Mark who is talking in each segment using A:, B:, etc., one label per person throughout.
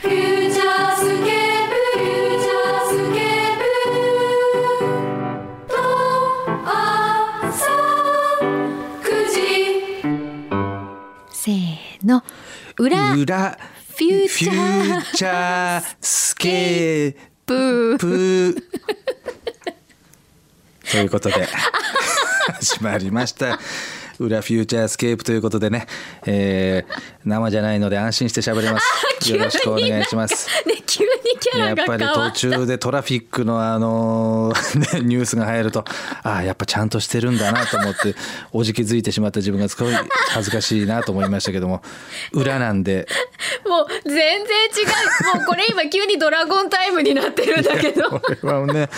A: フューチャースケープフューチャースケープと朝9時
B: せーの裏フ
C: 裏
B: ューチ
C: フュ
B: ャー
C: ーチャースケ
B: プ
C: ープ ということ で始まりました裏フューチャースケープということでね、えー生じゃないので安心して喋れますよろしくお願いします
B: ね急にキ
C: や
B: ャラ
C: っ
B: が
C: ぱり
B: 変わっ
C: 途中でトラフィックのあの ーねニュースが入るとああやっぱちゃんとしてるんだなと思っておじ気づいてしまった自分がすごい恥ずかしいなと思いましたけども裏なんで
B: もう全然違うも うこれ今急にドラゴンタイムになってるんだ けどちょっ
C: これはね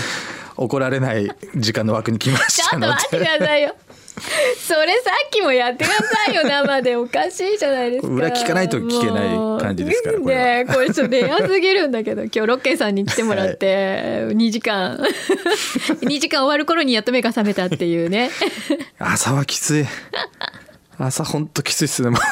C: 怒られない時間の枠に来ました
B: と
C: ので
B: 待ってくださいよそれさっきもやってくださいよ生でおかしいじゃないですか
C: 裏聞かないと聞けない感じですから
B: もう
C: これ
B: ねこれちょっとレアすぎるんだけど 今日ロッケさんに来てもらって2時間 2時間終わる頃にやっと目が覚めたっていうね
C: 朝はきつい朝ほんときついっすねも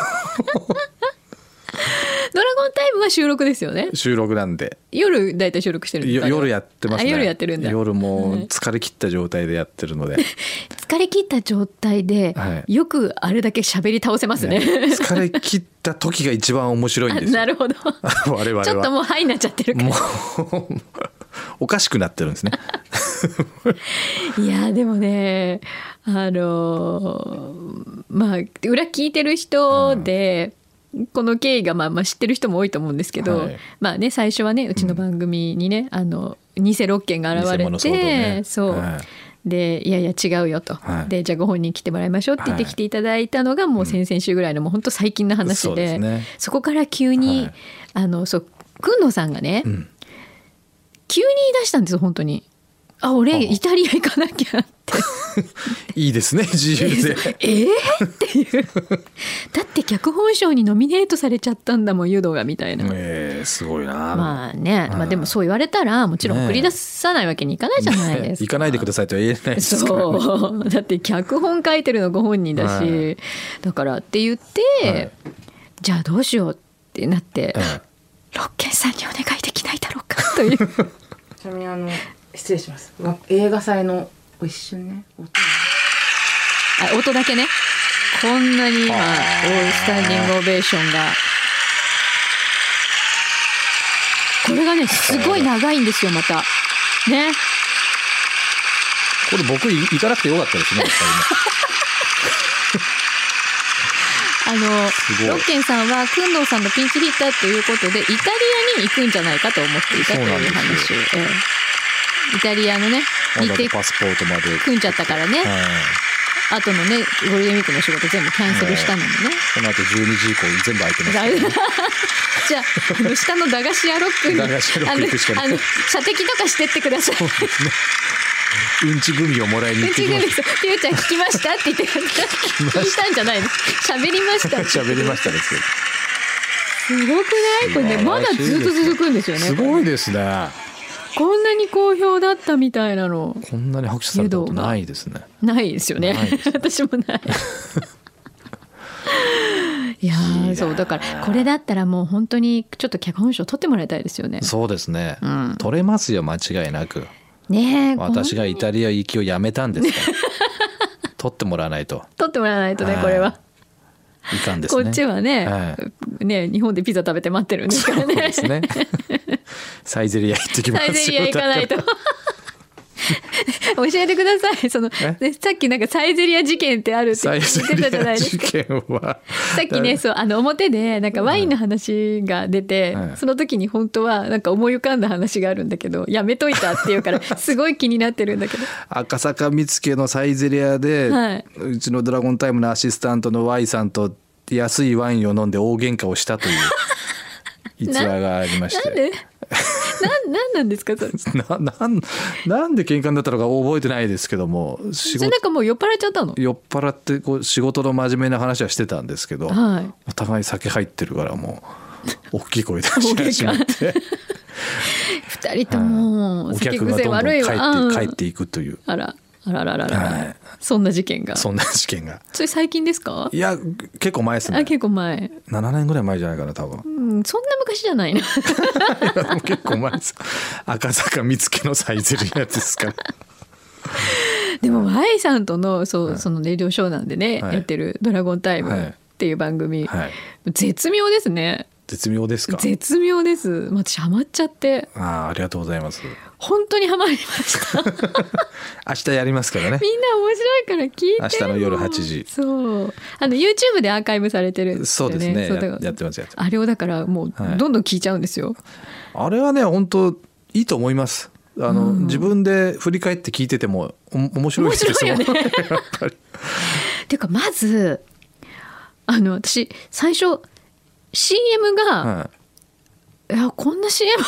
B: ドラゴンタイムは収録ですよね
C: う収録なんで
B: 夜だいたい収録してるんです
C: よ
B: か
C: 夜やってますね
B: あ夜やってるんだ
C: 夜もう疲れ切った状態でやってるの で、
B: 疲れ切った状態で、
C: はい
B: よくあれだけ喋り倒せます
C: ね
B: ね
C: 疲れ切った時が一番面白いん
B: あ
C: です よ
B: なるほど
C: 我々は
B: ちょっともうハイになっちゃってるから
C: もう おかしくなってるんですね
B: いやでもねあのーまあ裏聞いてる人で、この経緯がまあまあ知ってる人も多いと思うんですけど、
C: はい
B: まあね最初はねうちの番組にね、あの偽ロッケンが現
C: 偽
B: れ
C: 物
B: て、
C: 騒動ね
B: そう、
C: はい
B: でいやいや違うよと、
C: はい
B: でじゃあご本人来てもらいましょうって言って
C: はい
B: 来ていただいたのがもう先々週ぐらいのもう本当最近の話
C: そう
B: で,、
C: ですね
B: そこから急に、
C: はい
B: あのそうくんのさんがね、
C: ん
B: 急に言い出したんですよ本当に。あ俺
C: あ
B: イタリア行かなきゃって
C: いいですね自由で
B: えー、っていうだって脚本賞にノミネートされちゃったんだもん湯道がみたいな、
C: えー、すごいな、
B: まあね、まあ、
C: はい
B: でもそう言われたらもちろん
C: ねえ
B: 送り出さないわけにいかないじゃないですか、
C: 行かないでくださいとは言えないですからね
B: そうだって脚本書いてるのご本人だし、
C: はい
B: だからって言って、
C: はい
B: じゃあどうしようってなって、
C: え
B: ロッケンさんにお願いできないだろうかという
D: ちなみにあの失礼します。わ映画祭の一瞬ね。音
B: あ音だけねこんなに今オールスタンディングオベーションがこれがねすごい長いんですよまたね
C: これ僕い行かなくてよかったですねやっぱ
B: あの
C: ごい
B: ロッケンさんは工藤さんのピンチヒッターということでイタリアに行くんじゃないかと思っていたという
C: そうなん
B: 話
C: ですよ
B: ええイタリアのね
C: りね
B: 日
C: まだ
B: 程
C: パスポートまで、
B: 組んじゃったからね、
C: はい
B: 後のねゴールデンウィークの仕事全部キャンセルしたのにね、
C: この後12時以降全部空いてますか
B: だ
C: らね
B: じゃああの下の駄菓子屋ロックに
C: 駄菓子屋ロック行くしかない
B: あのあの射的とかしてってください
C: うんちグミをもらいに
B: う
C: 行って
B: ち
C: き
B: ぐ
C: ま
B: み
C: し
B: さんピューちゃん聞きましたって言ってください聞いたんじゃないの喋りま した
C: た喋りましたですけど
B: すごくないこれねまだずっと続くんですよね
C: すごいですね
B: こんなに好評だったみたいなの
C: こんなに拍手されたことないですね
B: ないですよね
C: ないで す
B: 私も ないいやー
C: いいな
B: そうだからこれだったらもう本当にちょっと脚本賞取ってもらいたいですよね
C: そうですね、
B: うん
C: 取れますよ間違いなく
B: ねえこん
C: 私がイタリア行きをやめたんです から取ってもらわないと
B: 取ってもらわないとね
C: はい
B: これは、
C: いかんです
B: こ
C: ね
B: っちはね,、
C: は
B: ね日本でピザ食べて待ってるんですから
C: そう
B: ね
C: で すねサイゼリア行ってきます
B: サ
C: よ
B: イゼリア行かないと。教えてください。その
C: え
B: ねさっきなんかサイゼリア事件ってあるって
C: サ
B: 言
C: イ
B: っ
C: ゼ
B: てたじゃ
C: リ
B: な
C: ア
B: いです
C: 事
B: か。
C: 件は
B: さっきね、そうあの表でなんかワインの話が出て、
C: はい
B: その時に本当はなんか思い浮かんだ話があるんだけど、やめといたっていう からすごい気になってるんだけど。
C: 赤坂見附のサイゼリアで、
B: はいう
C: ちのドラゴンタイムのアシスタントの Y さんと安いワインを飲んで大喧嘩をしたという 逸話がありまし
B: なん
C: て
B: で？なんなんなんですかそれ。
C: ななんなん で喧嘩になったのか覚えてないですけども仕
B: それ
C: 事
B: なんかもう酔っ払っちゃったの。
C: 酔っ払ってこう仕事の真面目な話はしてたんですけど、
B: はい。
C: お互い酒入ってるからも う大きい声出し始めて
B: 二人とも
C: お
B: 酒
C: 客がどん
B: 癖
C: どん
B: 悪いわ。
C: 帰っ
B: うん
C: て帰っていくという
B: あら。あらららら、
C: はい
B: そんな事件が
C: そんな事件が
B: それ最近ですか
C: いや結構前です
B: あ
C: ね
B: 結構前、
C: 7年ぐらい前じゃないかな多分
B: うん、そんな昔じゃないな
C: いや でも結構前です赤坂見附のサイゼリヤです から
B: でも Y さんとのそう、
C: はい
B: そのレディオショーなんでね、
C: はい
B: やってる「ドラゴンタイム」
C: はい
B: っていう番組、
C: はい
B: 絶妙ですね
C: 絶妙ですか
B: 絶妙ですまあ私ハマっちゃって
C: ああありがとうございます
B: 本当にハマりま したみんな
C: 明日やりますから
B: 面
C: ね
B: 白いから聞いて
C: 明日の夜8時
B: そうあの YouTube でアーカイブされてるんです
C: そ
B: よ
C: う
B: ね
C: です
B: そう
C: ねや
B: だから
C: やってますやってま
B: あれをだからもう
C: はい
B: どんどん聞いちゃうんですよ、
C: すあれはね本当いいと思いますあの、自分で振り返って聞いててもお面白いです
B: 面白いよね
C: やっぱり
B: っていうかまずあの私最初 CM が、
C: はい
B: やこんな CM だ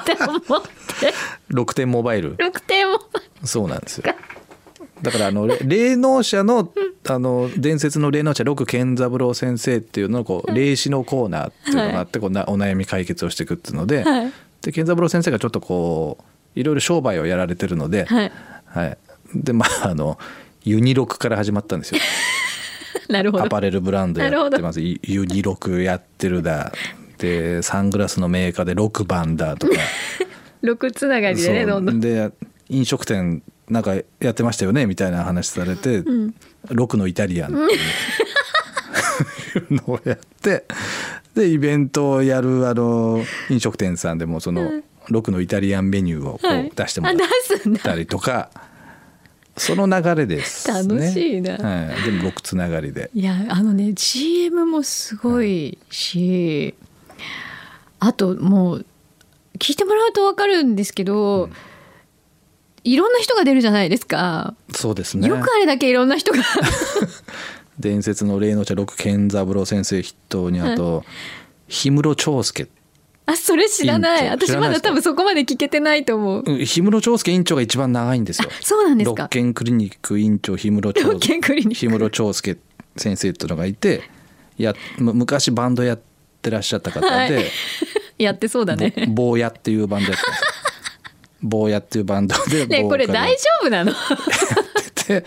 B: って思って
C: い6点モバイル
B: 6点 も
C: そうなんですよ。だからあのれ霊能者のあの伝説の霊能者六健三郎先生っていうのをこう霊視のコーナーっていうのがあってこうなお悩み解決をしていくっていうので、
B: はい
C: で健三郎先生がちょっとこういろいろ商売をやられてるので、
B: はい
C: はいでまああのユニロクから始まった んですよ。
B: なるほど
C: アパレルブランドやってますユユニロクやってるだでサングラスのメーカーで6番だとか。
B: 6つながりでね
C: そ
B: ど
C: うん
B: どん
C: で飲食店なんかやってましたよねみたいな話されて「ロクのイタリアン」っていうのをやってでイベントをやるあの飲食店さんでもその「ロクのイタリアンメニュー」をこ
B: はいう
C: 出してもらっ
B: あ出すん
C: た
B: だ
C: りとか。その流れです、ね。
B: 楽しいな
C: はい、でも六つながりで。
B: いやあのね CM もすごいし、あともう聞いてもらうと分かるんですけど、いろんな人が出るじゃないですか、
C: そうですね。
B: よくあれだけいろんな人が
C: 伝説の霊能者六健三郎先生筆頭にあと。氷室長介
B: あそれ知らない
C: いいんち
B: 私ま
C: ょ知らな
B: だ
C: いですか
B: 多分そこまで聞けてないと思う
C: うん氷室長介院長が一番長いんですよ。
B: そうなんですか
C: 六軒クリニック院長氷室
B: 六
C: 長
B: 軒クリニック
C: 氷室長介先生っていうのがいてやむ昔バンドやってらっしゃった方
B: は
C: で、
B: やってそうだね
C: ぼ坊やっていうバンドやってた んですよ。坊やっていうバンドで
B: ね
C: ボー
B: こ
C: カ
B: れ
C: ルを
B: 大丈夫 なのこ
C: で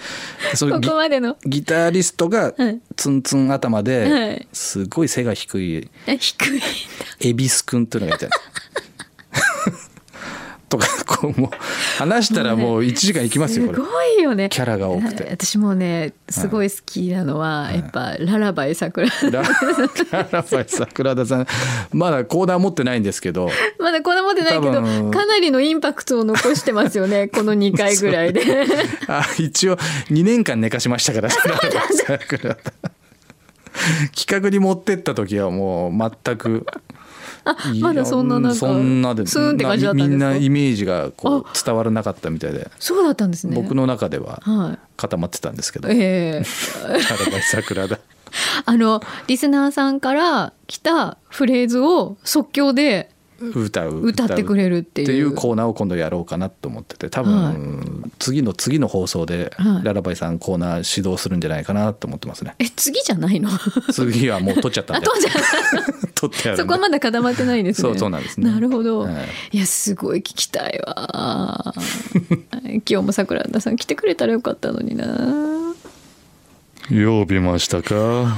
C: そのギ
B: こまでの
C: ギタリストが
B: はい
C: ツンツン頭で、
B: はい
C: すごい背が低い
B: え低い
C: 恵比寿くんっていうのが いたんですとかこうもう話したらもう1時間いきますよこれ
B: すごいよね
C: キャラが多くて
B: 私もねすごい好きなのは、やっぱララバイ桜
C: ラララバイ桜田さんまだコーナー持ってないんですけど
B: まだこんなもんでないけ
C: 多
B: ど
C: 分
B: かなりのインパクトを残してますよ ねこの2回ぐらいで
C: あ一応2年間寝かしましたからララバイ桜田企画に持ってった時はもう全くいや
B: まだそんななんか
C: そんなで
B: スーンって感じだったんですか
C: みんなイメージがこう伝わらなかったみたいで、
B: そうだったんですね
C: 僕の中では
B: はい
C: 固まってたんですけど、
B: ええ
C: ララバイ桜田
B: あのリスナーさんから来たフレーズを即興で
C: 歌う
B: 歌ってくれるっていう
C: っていうコーナーを今度やろうかなと思ってて多分、次の次の放送で、
B: はい
C: ララバイさんコーナー指導するんじゃないかなと思ってますね
B: え次じゃないの あ
C: 次はもう取っちゃ ったんで
B: とじゃ
C: 取 ってある
B: そ
C: ん
B: こ
C: で
B: はまだ固まってないんですね。
C: そうそうなんですね
B: なるほど。、
C: はい
B: やすごい聞きたいわ。 今日も桜田さん来てくれたらよかったのにな。
E: 曜日ました か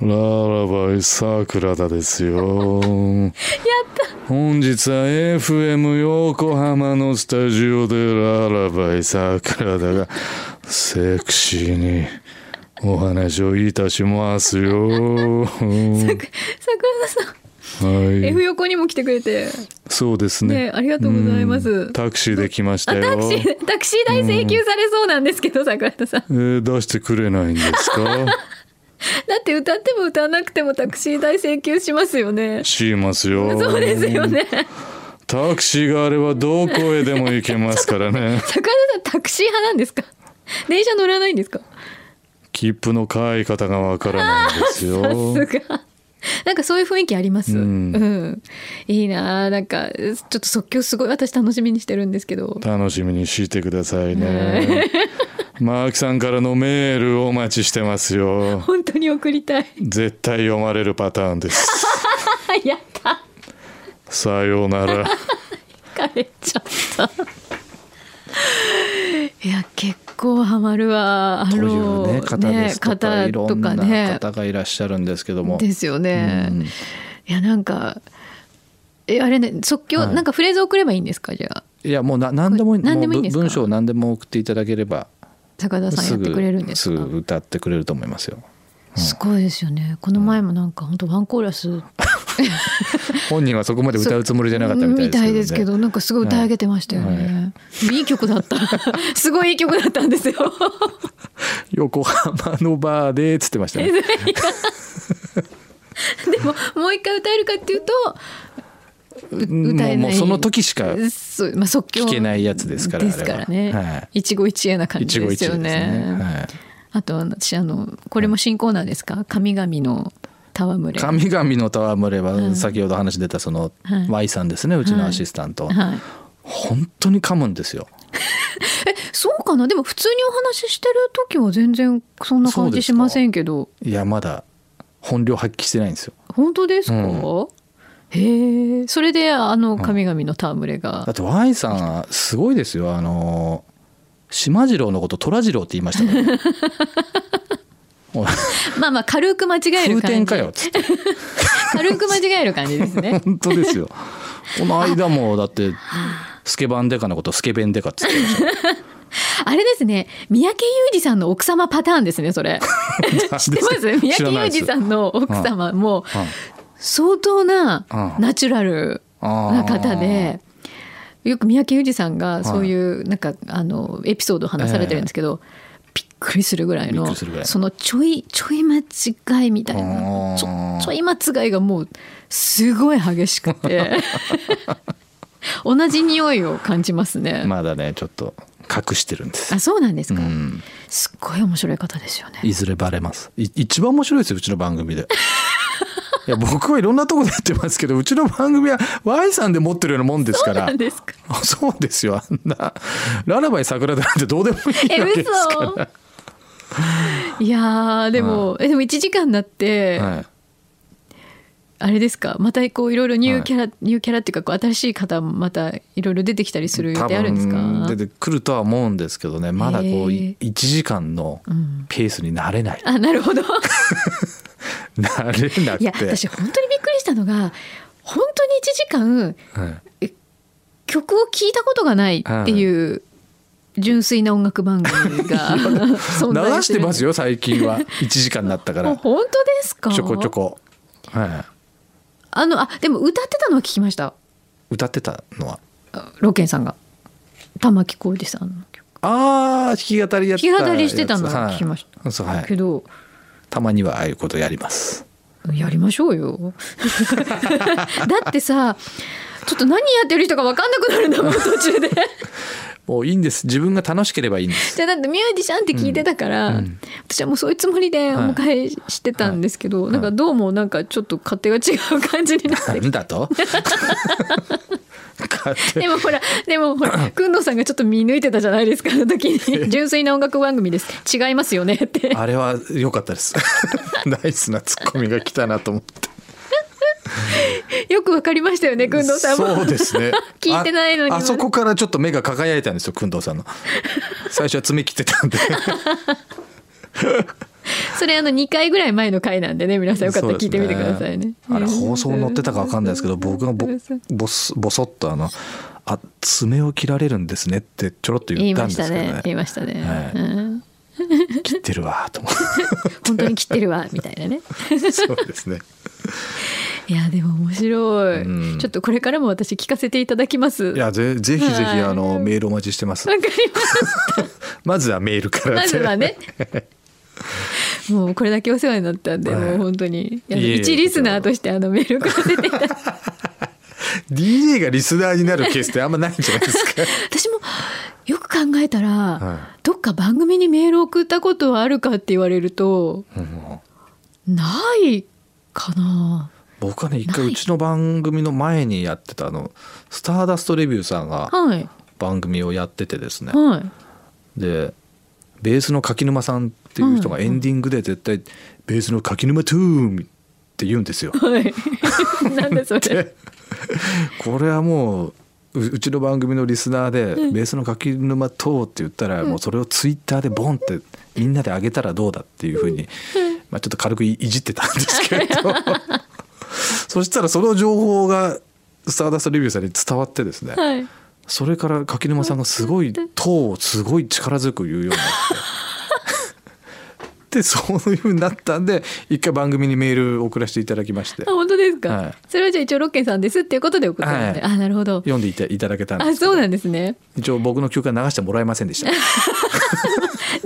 E: ララバイ桜田ですよやった本日は FM 横浜のスタジオでララバイ桜田がセクシーにお話をいたしますよは
B: 桜田さん、F
E: い
B: 横にも来てくれて、
E: そうですね
B: ね、ありがとうございます。
E: うんタクシーで来ました
B: あ
E: よ
B: タクシータクシー代請求されそうなんですけど、桜田さん。
E: えー出してくれないんです か
B: だって歌っても歌わなくてもタクシー代請求しますよね。
E: しますよ
B: そうですよね。
E: タクシーがあればどこへでも行けますから ね
B: 桜田さんタクシー派なんですか。電車乗らないんですか。
E: 切符の買い方がわからないんですよ
B: さすが。 なんかそういう雰囲気あります。うん
E: ん、
B: いいなあ、なんか、ちょっと即興すごい、私楽しみにしてるんですけど。
E: 楽しみにしてくださいねマークさんからのメールをお待ちしてますよ
B: 本当に送りたい。
E: 絶対読まれるパターンです
B: あ、やった。
E: さようなら
B: 疲れちゃった。いや結構ハマるわあ
C: とい
B: の
C: うね方ですとか、
B: ね方
C: いろ
B: と
C: ん
B: か
C: な
B: ね
C: 方がいらっしゃるんですけども
B: ですよね、
C: うん
B: いやなんかえあれね即興、
C: はい
B: なんかフレーズ送ればいいんですかじゃあ
C: いやもうな何でもいい
B: これ何でもいいん
C: う
B: ですか
C: 文章を何でも送っていただければ
B: 坂田さんや
C: す
B: ってくれるん
C: ぐ
B: ですすか
C: ぐ歌ってくれると思いますよ
B: すごいですよねこの前もなんか本当ワンコーラス
C: 本人はそこまで歌うつもりじゃなかったみ
B: み
C: た
B: た
C: い
B: い
C: で
B: ですす
C: け
B: け
C: ど,、
B: ど、なんかすごい歌い上げてましたよね、い、い曲だった すごいいい曲だったん ですよ
C: 横浜のバーでっつってましたね
B: でももう一回歌えるかっていうと
C: うん
B: 歌えない
C: もうもうその時しか
B: そうまあ、即興
C: 聞けないやつですから
B: ですからね、
C: あれははい
B: 一期一会な感じ
C: 一期一会
B: で
C: です
B: すよね
C: ね、はい
B: あと私あのこれも新コーナーですか神々の戯れ
C: 神々の戯れは先ほど話出たその
B: はい
C: Y さんですねうちのアシスタント
B: はい、
C: 本当に噛むんですよ
B: えそうかなでも普通にお話ししてる時は全然そんな
C: そう
B: 感
C: で
B: じ
C: すか
B: しませんけど
C: いやまだ本領発揮してないんですよ
B: 本当ですか、
C: う
B: へえそれであの神々の戯れが、
C: だって Y さんすごいですよあの島次郎のこと虎次郎って言いましたからね おい
B: まあまあ軽く間違える
C: 風
B: 感
C: 天
B: じ
C: かよっつって
B: 軽く間違える感じです ね
C: 本当ですよこの間もだってスケバンデカのことスケベンデカっつってました
B: あれですね三宅裕二さんの奥様パターンですねそれ知ってます三
C: 知
B: 宅
C: らない
B: 裕
C: です
B: 二さんの奥様も
C: うん
B: 相当な
C: うん
B: ナチュラルな方でよく三宅裕二さんがそういうなんかあのエピソードを話されてるんですけど、びっくりするぐらい
C: びっく
B: の
C: りするぐらい
B: そのちょいちょい間違いみたい
C: あー
B: なちょちょい間違いがもうすごい激しくて 同じ匂いを感じますね。
C: まだねちょっと隠してるんです
B: あそうなんです
C: う
B: か、
C: ん
B: すっごい面白い方ですよね。
C: いずれバレます。い一番面白いですよ、うちの番組で。 いや、僕はいろんなとこでやってますけど、うちの番組は Y さんで持ってるようなもんですから
B: なん。ですか
C: あそうですよ、あんな。ララバイ桜田なんてどうでもいい
B: え
C: わけですか
B: 嘘いやーでも、えでも1時間だって、
C: ら。はい。
B: あれですかまたこういろいろニューキャラ、ニューキャラっていうかこう新しい方もまたいろいろ出てきたりする予定あるんですか
C: 出てくるとは思うんですけどね、まだこう、
B: へ
C: い
B: ー
C: 1時間のペースになれない。
B: あなる ほど
C: なれなく
B: い
C: て。
B: や私本当にびっくりしたのが本当に1時間
C: はい
B: 曲を聴いたことがないっていう純粋な音楽番組 が 存在
C: 流してます
B: よ
C: よ、最近 は。1時間になったから。
B: 本当ですか
C: ちょこちょこ。は
B: あのあでも歌ってたのは聞きました
C: い。歌ってたのは。
B: あロケンさんが玉置浩二さんの曲
C: ああ弾き語りやった
B: 弾き語りしてたの
C: やつはい
B: 聞きまし
C: そうはい
B: けど、
C: たまにはああいうことやります
B: やりましょうよ だってさちょっと何やってる人か分かんなくなるんだもん途 中で
C: もういいんです自分が楽しければいいんで す
B: じゃあだってミュージシャンって聞いてたから、私はもうそういうつもりでお迎えしてたんですけど、なんかどうもなんかちょっと勝手が違う感じにな って
C: なんだと勝手
B: でもほらでもほらくんどうさんがちょっと見抜いてたじゃない ですかあの時に「純粋な音楽番組です違いますよね」って
C: あれは良かっ たですナイスなツッコミが来たなと思って
B: よく分かりましたよねくんどうさんも。
C: そうですね
B: 聞いてないのに
C: ああそこからちょっと目が輝いたんですよ工藤さんの最初は爪切ってたんで
B: それあの2回ぐらい前の回なんでね皆さんよかったら聞いてみてくださいね。
C: そうですねあれ放送載ってたかわかんないですけど僕がぼぼすぼそっとあの「あ爪を切られるんですね」ってちょろっと
B: 言
C: 言
B: い
C: ったん
B: ま
C: で
B: し
C: すけ
B: た
C: ど
B: ね言いましたね、
C: はい
B: うん
C: 切ってるわと思っ
B: 本当に切ってる わみたいなね
C: てそうですね
B: いやでも面白い、
C: うん
B: ちょっとこれからも私聞かせていただきますわ
C: い
B: か
C: やぜぜひぜひ
B: はい
C: あのメールお待ちしてます
B: りました
C: まずはメールからで
B: まずは ねもうこれだけお世話になったんで、
C: はい
B: もう本当にあの
C: いえいえ
B: 一リスナーとしてあのメールを送らせていただいて
C: DJ がリスナーになるケースってあんまないんじゃないで すか
B: 私もよく考えたら、
C: は
B: どっか番組にメールを送ったことはあるかって言われると
C: うん
B: ないかな
C: 僕はね一回
B: な
C: う
B: い
C: ちの番組の前にやってたあのスターダストレビューさんが
B: はい
C: 番組をやっててですね
B: はい
C: でベースの柿沼さんっていう人がエンディングで絶対「ベースの柿沼トゥーン!」って言うんですよ。
B: はい。なんでそれ。
C: これはもうううちの番組のリスナーで「ベースの柿沼等」って言ったら、もうそれをツイッターでボンってみんなで上げたらどうだっていうふうに、まあ、ちょっと軽くいいじってたんですけれ どそしたらその情報がスターダストレビューさんに伝わってですね、
B: はい
C: それから柿沼さんがすごい「等」をすごい力強く言うようになって。 でそういうふうになったんで一回番組にメール送らせていただきまして
B: あ本当ですか、
C: はい
B: それはじゃあ一応ロッケンさんですっていうことで送ったので、
C: はい
B: あなるほど
C: 読んでいたいただけたんです
B: あそうなんですね
C: 一応僕の曲は流してもらえませんでした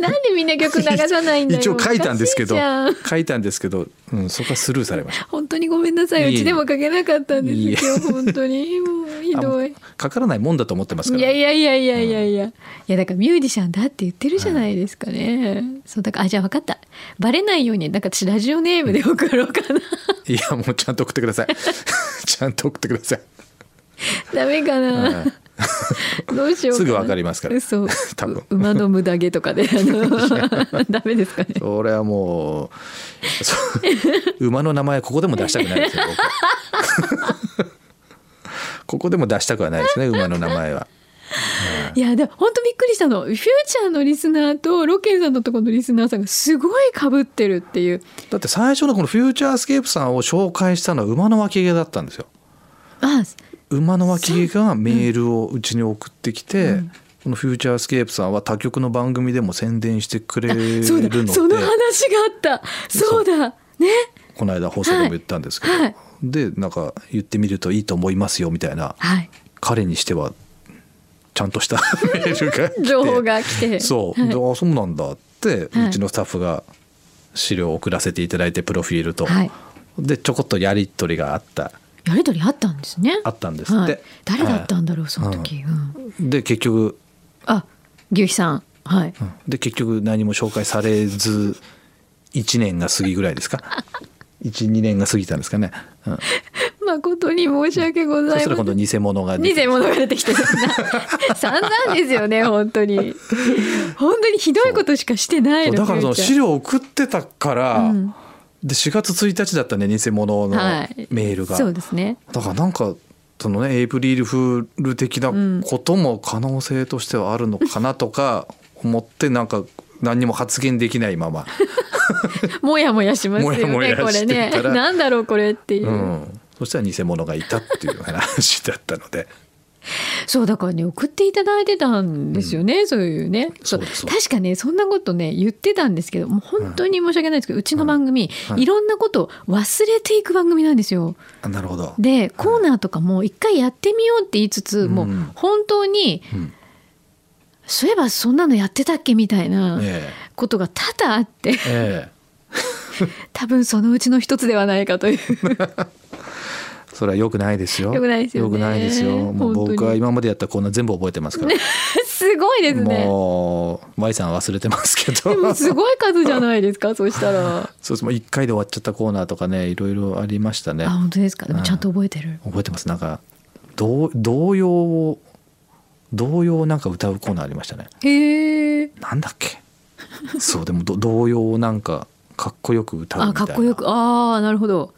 B: なんでみんな曲流さないんだよ
C: 一応 書いたんですけど
B: おかしいじゃん
C: 書いたんですけど、うん、そこはスルーされました
B: 本当にごめんなさ
C: いえ
B: い
C: いうえ
B: ちでも書けなかったんです
C: いえいえ
B: 今日本当にもうひどい
C: あかからないもんだと思ってますか
B: い
C: ら
B: やいやいやいやいやいや、いやだからミュージシャンだって言ってるじゃないですかね、そうだからあじゃあ分かったバレないようになんか私ラジオネームで送ろうかな
C: いやもうちゃんと送ってくださいちゃんと送ってください
B: ダメかな、
C: はい
B: どうしよう
C: すぐわかりますから
B: そう
C: 多分
B: 馬のムダ毛とかであ の ダメですかね
C: それはもうそう馬の名前ここでも出したくないですよ僕ここでも出したくはないですね馬の名前は。
B: いやでも本当びっくりしたのフューチャーのリスナーとロケンさんのところのリスナーさんがすごい被ってるっていう
C: だって最初のこの「フューチャースケープ」さんを紹介したのは馬の脇毛だったんですよ。
B: あ
C: 馬の脇がメールをうちに送ってきて、この「フューチャースケープ」さんは他局の番組でも宣伝してくれる
B: そう
C: の
B: だ
C: で
B: その話があったそうだね
C: この間放送でも言ったんですけど、
B: はいはい
C: でなんか言ってみるといいと思いますよみたいな
B: はい
C: 彼にしてはちゃんとしたメールが来 て
B: 情報が来て
C: そう、
B: はい
C: であそうなんだって、
B: はいう
C: ちのスタッフが資料を送らせていただいてプロフィールと、
B: はい
C: でちょこっとやり取りがあった
B: やりとりあったんですね
C: あったんですって
B: はい誰だったんだろうその時、うん
C: で結局
B: あ牛肥さんはい
C: で結局何も紹介されず1年が過ぎぐらいですか12年が過ぎたんですかね、うん、
B: 誠に申し訳ご
C: そ
B: ざ
C: し
B: い
C: た
B: ませ
C: ら今度
B: ん
C: 偽物が出て
B: 偽物が出てき て散々ですよね本当に本当にひどいことしかしてない
C: そう
B: の
C: だからその
B: フューチャー
C: 資料を送ってたから、
B: うん
C: で4月1日だったね偽物の
B: はい
C: メールが、
B: そうですね
C: だからなんかそのねエイプリルフール的なことも可能性としてはあるのかな とか思ってなんか何にも発言できないまま、
B: もやもやしますよね
C: もやも
B: こ
C: や
B: れ
C: して
B: ね
C: たら
B: なんだろうこれっていう、
C: うん、そしたら偽物がいたっていう話だったので。
B: そうだからね送っていただいてたんですよね、そういうねそ
C: そう
B: う
C: ですそうで
B: 確かねそんなことね言ってたんですけどもう本当に申し訳ないですけど、うちの番組、い、ろんなことを忘れていく番組 なんですよ。
C: あなるほど
B: でコーナーとかも一回やってみようって言いつつ、もう本当に、
C: ん
B: そういえばそんなのやってたっけみたいな
C: ええ
B: ことが多々あって
C: え
B: 多分そのうちの一つではないかという
C: え、それは良くないですよ。
B: 良くないですよね
C: 良くないですよも
B: 本
C: う
B: 当に
C: 僕は今までやったこんな全部覚えてますから。
B: すごいですね。
C: もう Y さんは忘れてますけ
B: でも
C: ど。
B: すごい数じゃないですかそうしたら。
C: そうですもう一回で終わっちゃったコーナーとかねいろいろありましたね
B: あ。本当ですかでもちゃんと覚えてる。
C: 覚えてますなんか童童謡を童謡をなんか歌うコーナーありましたね。
B: へえ。
C: なんだっ け。そうでもど童謡をなんかかっこよく歌うみた
B: あ
C: いな。
B: かっこよくああなるほど。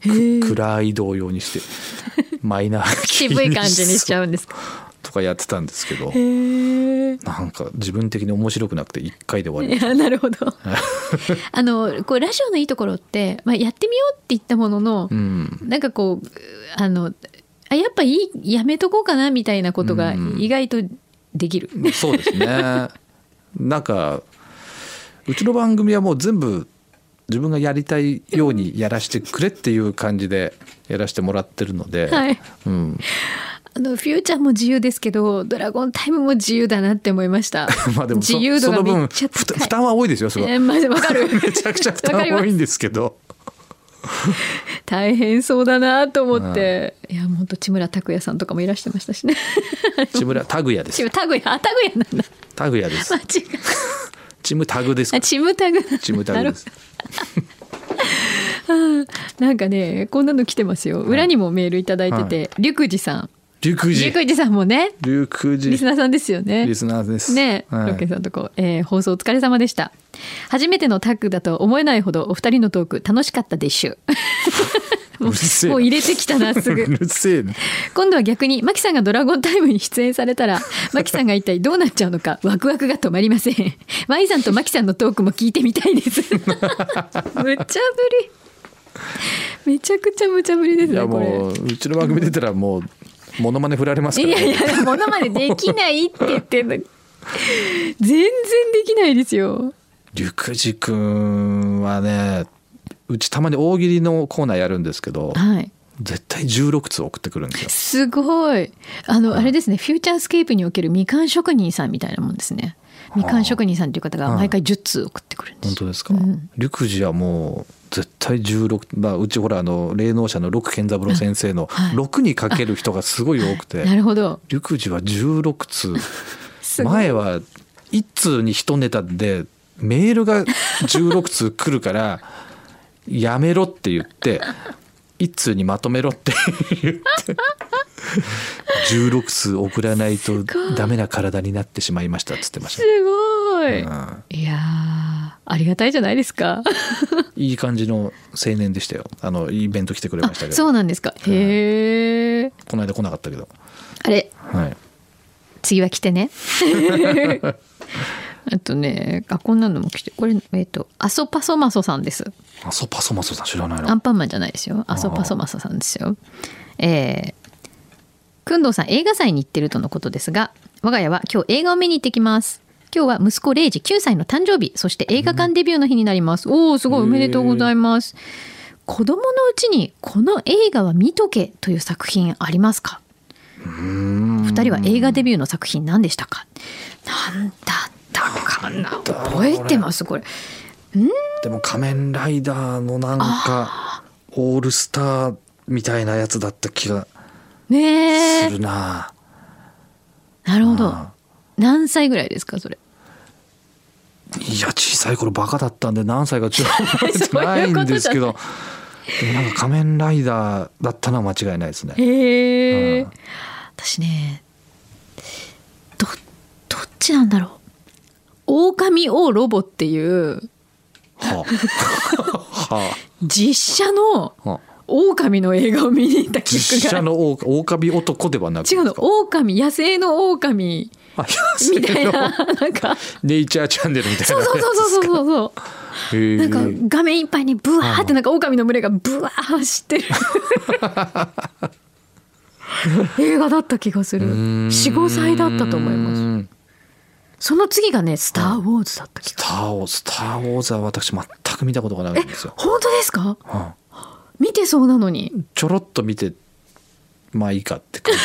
B: へえ。
C: 暗い童謡に してマイナー
B: 渋い感じにしち
C: う
B: ゃうんですか。
C: とかやってたんですけど。
B: へえ。
C: なんか自分的に面白くなくて一回で終わり
B: いやなるほ ど。あのこうラジオのいいところって、まあ、やってみようって言ったものの、
C: うん
B: なんかこうあのあやっぱいいやめとこうかなみたいなことが意外とできる。
C: そうですねなんかうちの番組はもう全部自分がやりたいようにやらせてくれっていう感じでやらせてもらってるので、
B: はい
C: うん、
B: あのフューチャーも自由ですけどドラゴンタイムも自由だなって思いました。
C: まあでもそ
B: 自由度
C: そ
B: が
C: の
B: め
C: 分
B: っちゃ
C: ふ
B: 高
C: た
B: い。
C: 負担は多いですよすごい
B: えーま あわかる。
C: めちゃくちゃ負担
B: わかりま
C: 多
B: す
C: いんですけど
B: 大変そうだなと思って、いや本当千村拓哉さんとかもいらしてましたしね。
C: 千村タグヤで
B: チ
C: す
B: ムタグヤ、あタグヤなんだ。
C: タグヤで
B: 間
C: す
B: 違え
C: チムタグです
B: た。
C: か
B: あ
C: ら
B: チムタグなんだ。
C: チムタグです
B: なるほどなんかね、こんなの来てますよ。裏にもメールいただいてて、陸二さん。
C: 陸二
B: 陸二さんもね、
C: 陸二
B: リスナーさんですよね
C: リ。スナーです
B: ね、
C: はい
B: ロッケさんとこ、えー放送お疲れ様でした。初めてのタッグだと思えないほどお二人のトーク楽しかったでしゅ。もう
C: うるせえ
B: もう入れてきたなす
C: う
B: ぐ
C: るせ えな
B: 今度は逆にマキさんが「ドラゴンタイム」に出演された らマキさんが一体どうなっちゃうのかワクワクが止まりません Y さんとマキさんのトークも聞いてみたいです 無茶ぶりめちゃくちゃ無茶ぶりです
C: いや
B: ねこれ
C: もううちの番組出たらもうモノマネ振られます
B: い
C: から、
B: やいやものまでできないって言ってんのに全然できないですよ
C: 陸二くんはねうちたまに大喜利のコーナーやるんですけど
B: はい
C: 絶対16通送ってくる んです
B: す
C: よ
B: ごいあのあれですねフューチャースケープにおけるみかん職人さんみたいなもんですねみかん職人さんという方が毎回10通送ってくるんです
C: 本
B: よ
C: 当ですか、
B: うん
C: 陸二はもう絶対16、まあ、うちほらあの霊能者の六健三郎先生の
B: はい
C: 6にかける人がすごい多く て
B: なるほど
C: 陸二は16通
B: すごい
C: 前は1通に1ネタでメールが16通来るからやめろって言って1通にまとめろって言って16通送らないとダメな体になってしまいましたっつってまし
B: す
C: たね
B: ごい、
C: うん
B: いやーありがたいじゃないですか
C: いい感じの青年でしたよあのイベント来てくれましたけ
B: そ
C: ど
B: うなんですかへえ
C: この間来なかったけど、
B: あれ
C: はい、
B: 次は来て ねあとねあこんなのも来てこれえっ、とアソパソマソさんです
C: あそうパソマソさん知らないの
B: アンパンマンじゃないですよ。アソパソマサさんですよ。えー、くんどうさん映画祭に行ってるとのことですが、我が家は今日映画を見に行ってきます。今日は息子レイジ9歳の誕生日、そして映画館デビューの日になります。おお、すごいおめでとうございます。子供のうちにこの映画は見とけという作品ありますか？二人は映画デビューの作品何でしたか？なんだったかな。覚えてますこれ。
C: でも仮面ライダーのなんかオールスターみたいなやつだった気が
B: ね
C: す
B: え。
C: るな、
B: なるほど
C: あ。
B: 何歳ぐらいですかそれ？
C: いや小さい頃バカだったんで何歳かちょっと覚えて
B: そういうことじゃな
C: ないいんですけどでもなんか仮面ライダーだったのは間違いないですね
B: へえ
C: うん
B: 私ねどどっちなんだろう「狼王ロボ」っていう
C: はあは
B: 実写の
C: あはあ
B: 狼の映画を見に行った記憶が
C: 実写のオオカビ男ではなく
B: 違うの狼野生の狼
C: あ
B: みた いな
C: 野生の
B: なんか
C: ネイチャーチャンネルみたいな
B: そうそうそうそうそうそうそう
C: へえ
B: なんか画面いっぱいにブワーってなんか狼の群れがブワー走ってる映画だった気がする
C: うーん
B: 45歳だったと思いますその次がね「スター・ウォーズ」だった気
C: ス
B: が
C: ター・ウォーズスター・ウォーズは私全く見たことがないんですよ、
B: 本当ですか
C: うん
B: 見てそうなのに
C: ちょろっと見てまあいいかって感じ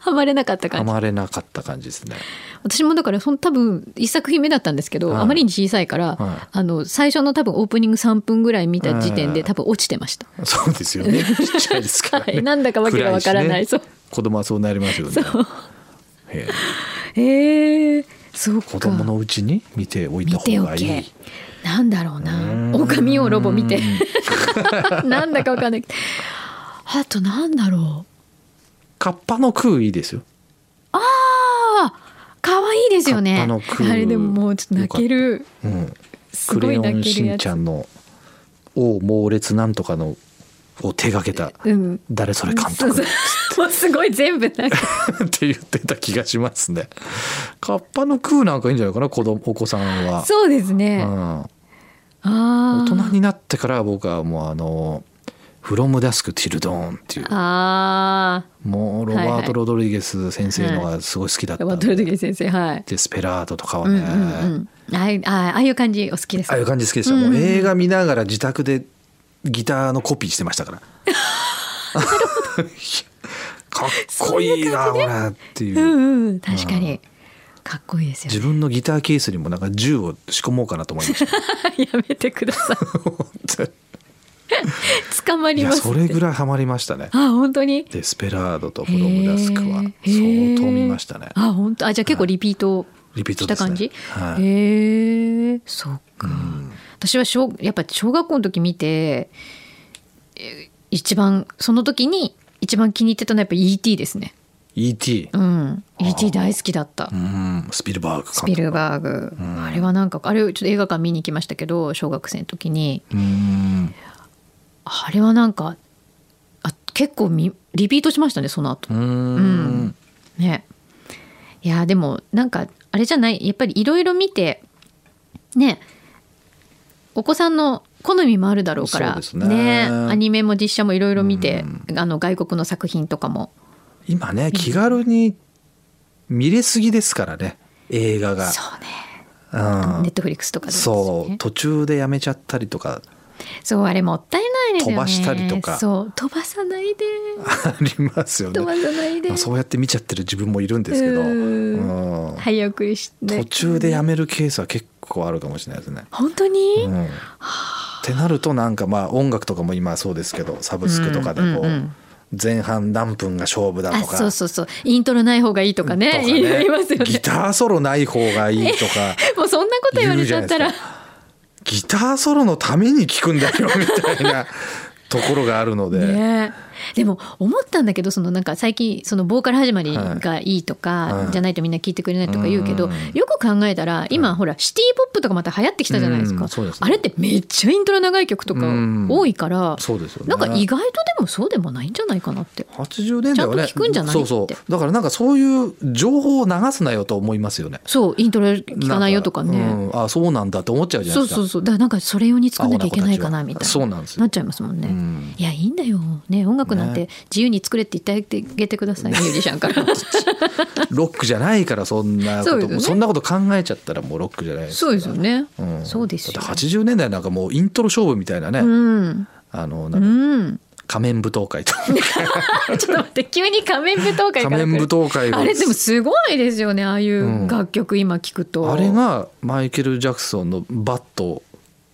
B: ハマれなかった
C: ハ
B: 感じ
C: マれなかった感じですね
B: 私もだからその多分一作品目だったんですけど、
C: はい
B: あまりに小さいから、
C: はい
B: あの最初の多分オープニング3分ぐらい見た時点で
C: はい
B: 多分落ちてました、
C: そうですよねちっちゃいですから、ね
B: はいなんだかわけがわからない
C: 暗し
B: そ
C: ね
B: う
C: 子供はそうなりますよねへえ
B: えー、そうか
C: 子供のうちに見ておいた
B: 見て
C: 方
B: お
C: がい
B: け
C: い
B: なんだろうな
C: ーん
B: 狼をロボ見て なんだかわかんないあとなんだろう
C: カッパの空いいですよ
B: ああ可愛いですよ
C: カ
B: ね
C: ッパの空
B: あれでももうちょっと泣ける
C: うん
B: す
C: ク
B: ご
C: レ
B: い
C: ヨ
B: 泣
C: ン
B: け
C: し
B: るや
C: ん
B: つ
C: ちゃんのを猛烈なんとかのを手がけた
B: うん
C: 誰それ監
B: そうそ
C: 督
B: う もうすごい全部なんか
C: って言ってた気がしますねカッパの空なんかいいんじゃないかな子供お子さんは
B: そうですね、
C: うん
B: あ
C: 大
B: ー
C: 人になってから僕はもうあの「フロムダスク・ティルドーン」っていう
B: あ
C: もうロ
B: は
C: バ
B: い
C: ー
B: はい
C: ト・ロドリゲス先生のがすごい好きだった
B: あ
C: んで、
B: ワトルドゲ先生はい
C: デスペラードとかは
B: うんう
C: ね、
B: んうんああいうああああいう感じお好きです
C: ああ
B: か
C: いう感じ好きでした、
B: うんうん
C: もう映画見ながら自宅でギターのコピーしてましたから かっこいいなこれっていうう。
B: んうん確かにかっこいいです
C: 自
B: よね
C: 分のギターケースにもなんか銃を仕込もうかなと思いました
B: やめてください 捕ま
C: い
B: り
C: や
B: ます
C: それぐらいハマりましたね
B: あ本当に
C: デスペラードとフロムダスクは
B: へー
C: 相当見ましたね
B: あ本当あじゃあ結構リピート
C: リピート
B: し
C: で
B: た
C: すね
B: 感じ、
C: はい
B: へえそっか、私は小やっぱ小学校の時見てえ一番その時に一番気に入ってたのはやっぱ E.T. ですね
C: E.T.
B: うん、E.T. 大好きだった
C: うんスピルバーグ
B: ス
C: 監
B: ピ
C: 督
B: ルバーグ、あれはなんかあれちょっと映画館見に行きましたけど小学生の時に
C: うん
B: あれはなんか結構みリピートしましたねその後
C: うーん
B: ねいやでもなんかあれじゃないやっぱりいろいろ見てねお子さんの好みもあるだろうから
C: そうですね
B: アニメも実写もいろいろ見て、あの外国の作品とかも
C: 今ね気軽に見れすぎですからね映画が
B: そうね
C: うん
B: ネットフリックスとかでも
C: そう
B: ね
C: 途中でやめちゃったりとか
B: そうあれもったいないですよね
C: 飛ばしたりとか
B: そう飛ばさないで
C: ありますよね
B: 飛ばさないで
C: まあそうやって見ちゃってる自分もいるんですけど、
B: うー
C: うん
B: 早送りして、
C: 途中でやめるケースは結構あるかもしれないですね。
B: 本当に、
C: うん、ってなるとなんかまあ音楽とかも今そうですけどサブスクとかでこ
B: うんうんう
C: うん前半何分が勝負だ
B: あ
C: とか。
B: そうそうそうイントロない方がいいとかね
C: とかね
B: 言いますよ
C: ギ
B: ね
C: ターソロない方がいい とか
B: もうそんなこと言われちゃったら
C: 言うじギターソロのために聞くんだよみた いなところがあるので、
B: ねえ、でも思ったんだけどそのなんか最近そのボーカル始まりがいいとか、
C: はい
B: じゃないとみんな聞いてくれないとか言うけど、
C: うんうんうん
B: よく考えたら今、ほらシティ・ポップとかまた流行ってきたじゃないですか、
C: うんそうですね
B: あれってめっちゃイントロ長い曲とか
C: うん
B: 多いから、
C: そうですよね
B: なんか意外とでもそうでもないんじゃないかなって。
C: 80年代はね
B: ちゃんと聞くんじゃない
C: そうそ
B: って
C: うだからなんかそういう情報を流すなよと思いますよね。
B: そうイントロ聞かないよとかね
C: んかうんあそうなんだって思っちゃうじゃな
B: そ
C: いうですか。
B: そうそうだからなんかそれ用に作んなきゃいけないかな
C: 青な
B: み
C: 子た
B: たい
C: ち
B: な
C: はそうなんですよ
B: なっちゃいますもんね、
C: うん
B: いやいいんだよね音楽なんて
C: ね
B: 自由に作れって言ってあげてください、ミュージシャン から
C: ロックじゃないからそんなこ
B: そう
C: と
B: で
C: そ,、
B: すよね
C: んなこと考えちゃったらもうロックじゃないです
B: そうですよね、
C: うん
B: そうですよ
C: だって80年代なんかもうイントロ勝負みたいなね、
B: うん
C: あのな
B: うん
C: か
B: ん
C: 仮面舞踏会とか
B: ちょっと待って急に仮面舞踏会から来る
C: 仮面舞踏会が
B: あれでもすごいですよねああいうん楽曲今聞くと、
C: あれがマイケル・ジャクソンのバット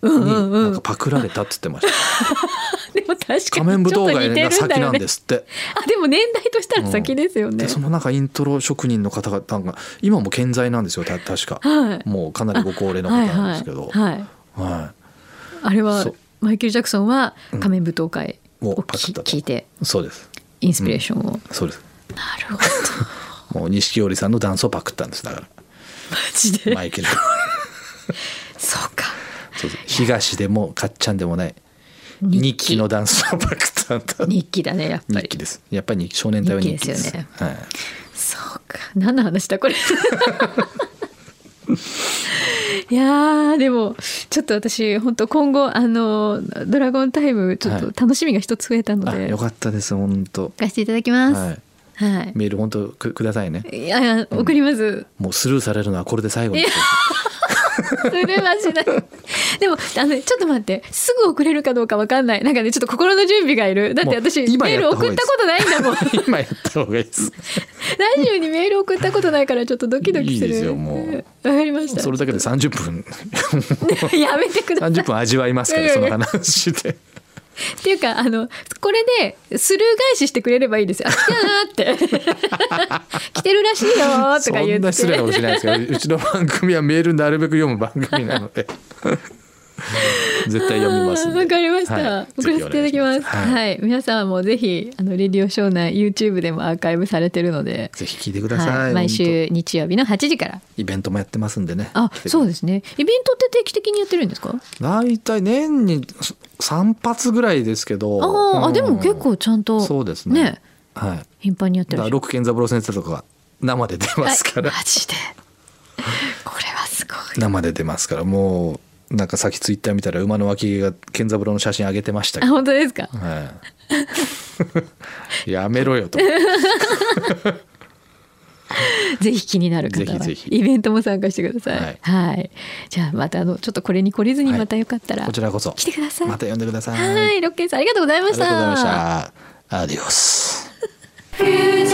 C: になんかパクられたっつってました、
B: でも確かにちょ
C: 仮面
B: っ
C: 舞
B: と
C: 踏
B: 似てるん
C: 会が
B: だ
C: 先な
B: よ
C: ん
B: ね
C: ですって
B: あでも年代としたら先ですよね
C: で、そのなんかイントロ職人の方々が今も健在なんです よた確か、
B: はい
C: もうかなりご高齢の
B: は
C: 方
B: い
C: なん
B: は
C: です
B: い
C: けど、
B: はい
C: は
B: あれは
C: そう
B: マイケル・ジャクソンは仮面舞踏会
C: うん
B: を
C: をパク
B: き
C: ったと
B: 聞いて
C: いそうです
B: インスピレーションを、な
C: そうです
B: るほどマ
C: もう錦織さんのダンスをパクったんですだか
B: ジ
C: ら
B: で
C: マイケル
B: そうか
C: そうそう東でもかっちゃんでもない
B: 日
C: 日
B: 記
C: 記のダンスをパクったんだ
B: 日記だねやっぱ
C: 日
B: り
C: 記ですやっぱり日記少年隊は日記です
B: 日記ですよね
C: はい、
B: そうか何の話だこれいやーでもちょっと私本当今後あの「ドラゴンタイム」ちょっと
C: はい
B: 楽しみが一つ増えたの
C: あ
B: で、
C: よかったです本当
B: 行かせていただきますは、
C: はい
B: い
C: いメール本当くくださいね
B: やいや送ります、
C: もうスルーされるのはこれで最後にして
B: するはしないでもあのねちょっと待ってすぐ送れるかどうかわかんないなんかねちょっと心の準備がいるだって私
C: もう今
B: メー
C: やっ
B: ル
C: た
B: 送
C: 方がい
B: っ
C: い
B: た
C: です
B: ことないんだ もんラ
C: 今やった方がいいです
B: ジオにメール送ったことないからちょっとドキドキする
C: いいですよもう
B: わかりました
C: それだけで30分
B: やめてください
C: 30分味わいますか
B: い
C: ら
B: やい
C: そ
B: や
C: の話で
B: っていうかあのこれでスルー返ししてくれればいいですよ。あ来たなーって 来てるらしいよーと
C: そ
B: か言
C: んな
B: っ
C: 失礼な
B: て
C: ことしないですけどうちの番組はメールなるべく読む番組なの で絶対読みますんで
B: わかりました、
C: はい
B: 送らせていただきます
C: ぜひお願いしはい
B: はい、皆さんもぜひあのレディオショー内 YouTube でもアーカイブされてるので
C: ぜひ聞いてください、
B: はい、毎
C: 本
B: 週日曜日の8時から
C: 当イベントもやってますんでね
B: あ
C: 来てください
B: そうですねイベントって定期的にやってるんですか
C: 大体年に3発ぐらいですけど
B: あー、
C: う
B: あ
C: ん
B: でも結構ちゃんと
C: そうですね
B: ね
C: はい
B: 頻繁にやって
C: だ
B: る
C: から六健三郎先生とかが生で出ますから、
B: はいマジでこれはすごい
C: 生で出ますからもうなんかさっきツイッター見たら馬の脇毛が健三郎の写真上げてましたけ
B: あ
C: ど、
B: 本当ですか
C: はい やめろよ と
B: ぜひ気になる方は
C: ぜひぜひ
B: イベントも参加してください。は
C: はいい、
B: じゃあまたあのちょっとこれに懲りずに
C: はい
B: またよかったら、
C: こちらこそ
B: 来てください。
C: また呼んでください
B: はい、ロッケンさんありがとうござい
C: あ
B: ま
C: り
B: し。
C: がとうございましたたアディオス
A: フューチャー